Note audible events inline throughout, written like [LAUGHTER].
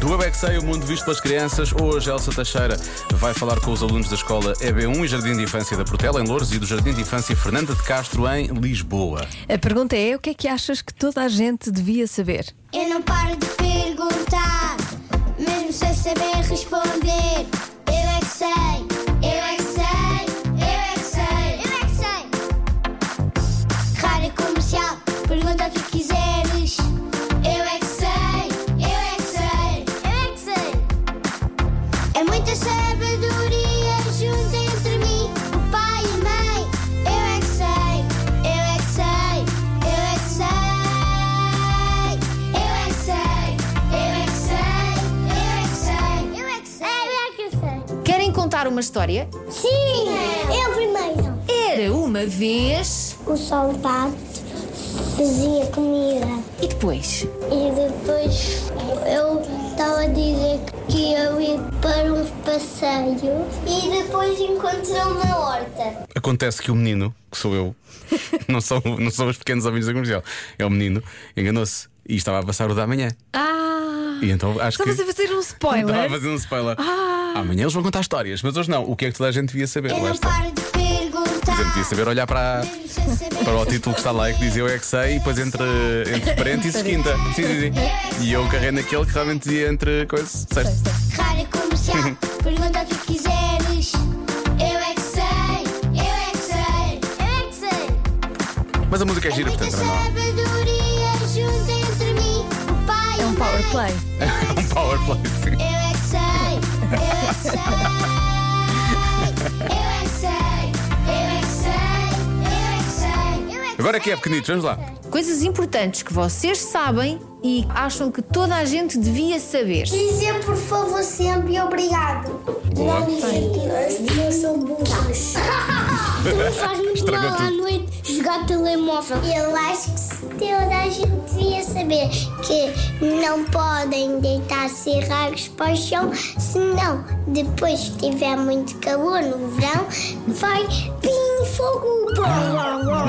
do Eu é Que Sei, o mundo visto pelas crianças. Hoje, Elsa Teixeira vai falar com os alunos da escola EB1 e Jardim de Infância da Portela, em Louros, e do Jardim de Infância Fernanda de Castro, em Lisboa. A pergunta é: o que é que achas que toda a gente devia saber? Eu não paro de perguntar, mesmo sem saber responder. Eu é que sei, eu é que sei, eu é que sei, eu é que sei. Rádio comercial, pergunta o que quiseres. Eu é que sei, eu é que sei, eu é que sei. É muita sabedoria junto entre mim, o pai e a mãe. Eu é que sei, eu é que sei, eu é que sei. Eu é que sei, eu é que sei, eu é que sei. Eu é que sei, eu é que sei. Querem contar uma história? Sim, eu primeiro. Era uma vez. O soldado fazia comida. E depois? E depois eu estava a dizer que eu ia para um passeio. E depois encontrou uma horta. Acontece que o menino, que sou eu, [LAUGHS] não são, não são os pequenos ouvintes da comercial, é o menino, enganou-se e estava a passar o da manhã. Ah! E então acho Estavas que. a fazer um Estava a spoiler. fazer um spoiler. Ah. Amanhã eles vão contar histórias, mas hoje não. O que é que toda a gente devia saber? Lá está. paro de Por exemplo, devia perguntar. saber olhar para, para o título que está lá e que diz eu é que sei, e depois entre, entre parênteses, quinta. Sim, sim, sim. E eu carrei naquele que realmente dizia entre coisas, sexta. Rádio [LAUGHS] comercial, pergunta o que quiseres. Eu é que sei, eu é que sei, eu é que sei. Mas a música é gira, portanto, Muita não é? sabedoria junto entre mim, o pai É um e a mãe. powerplay. É [LAUGHS] um powerplay, sim. Eu é que sei, eu é que sei. Eu é que sei, eu é que sei, eu é que sei. Eu é que Agora aqui sei, é pequenitos, vamos lá. Coisas importantes que vocês sabem e acham que toda a gente devia saber. Dizer por favor sempre obrigado. Boa. Não dizer que as pessoas são burras. Também [LAUGHS] faz muito Estragou mal à Tá. tudo. noite jogar telemóvel. Eu acho que toda a gente devia saber que não podem deitar-se errados para o chão, senão depois se tiver muito calor no verão, vai pim fogo.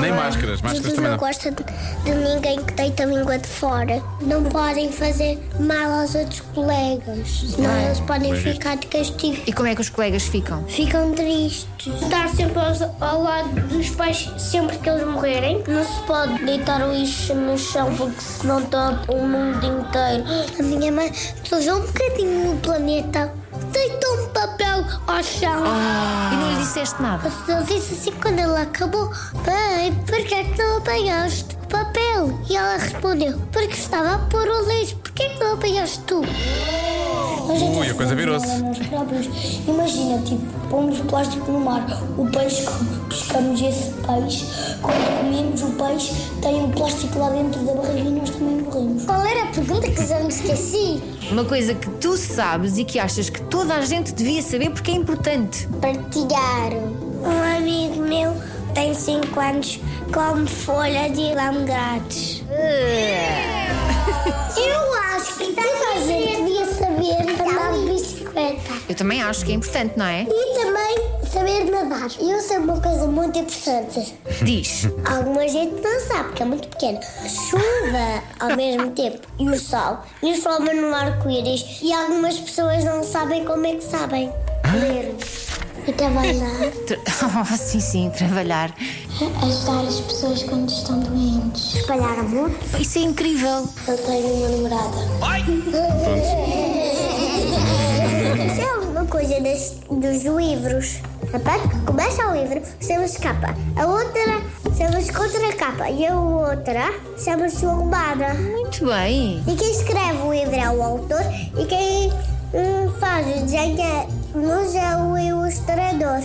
Nem máscaras, máscaras Jesus também não. não gosta de, de ninguém que deita a língua de fora. Não podem fazer mal aos outros colegas, senão eles podem Bem visto. ficar de castigo. E como é que os colegas ficam? Ficam tristes. Estar sempre aos- ao, lado dos pais sempre que eles morrerem. Não se pode deitar o lixo no chão porque senão está o mundo inteiro. A minha mãe sujou um bocadinho o planeta. Deitou um papel ao chão. E não lhe disseste nada. Eu disse assim quando ela acabou: Mãe, porquê é que não apanhaste o papel? E ela respondeu: Porque estava a pôr o lixo, porquê é que não apanhaste tu? Oh. Ui, a coisa virou-se. Imagina, tipo, pomos plástico no mar, o peixe come, pescamos esse peixe, quando comemos o peixe, tem o plástico lá dentro da barriga e nós também morremos. Qual era a pergunta que já me esqueci? Uma coisa que tu sabes e que achas que toda a gente devia saber porque é importante. partilhar. Um amigo meu tem 5 anos, come folha de lame grátis. Eu acho que toda a gente devia saber andar de bicicleta. Eu também acho que é importante, [LAUGHS] não é? E também saber nadar. Eu sei uma coisa muito importante. Diz. Alguma gente não sabe, porque é muito pequena. Chuva ao mesmo tempo e o sol transforma num arco-íris. E algumas pessoas não sabem como é que sabem. Ler. E trabalhar. Tra- [LAUGHS] Oh, sim, sim, trabalhar. Ajudar as pessoas quando estão doentes. Espalhar amor. Isso é incrível. Eu tenho uma namorada. Isso é uma coisa das- dos livros. A parte que começa o livro chama-se capa. A outra chama-se contracapa. E a outra chama-se lombada. Muito bem. E quem escreve o livro é o autor e quem hum, faz o desenho é, nos é o ilustrador.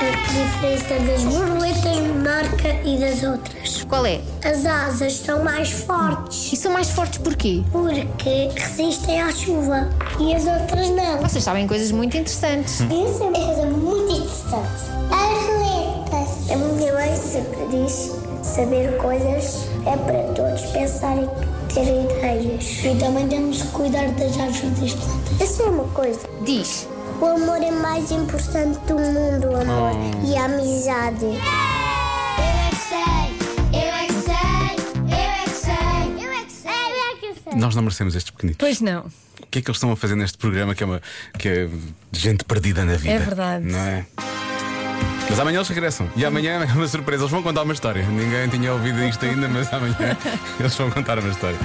A diferença das borboletas marca e das outras. Qual é? As asas são mais fortes E são mais fortes porquê? porque resistem à chuva e as outras não. Vocês sabem coisas muito interessantes. Isso é uma coisa muito interessante. As letras. A minha mãe sempre diz saber coisas é para todos pensarem e ter ideias. E também temos que cuidar das árvores das plantas. Isso é uma coisa. Diz. O amor é mais importante do mundo, o amor e a amizade. Eu é que sei, eu é que sei, eu é que sei, eu é que sei, eu é que sei. Nós não merecemos estes pequenitos. Pois não. que é que eles estão a fazer neste programa que é, uma, que é gente perdida na vida? É verdade. Não é? Mas amanhã eles regressam. E amanhã é uma surpresa. Eles vão contar uma história. Ninguém tinha ouvido isto ainda, mas amanhã eles vão contar uma história.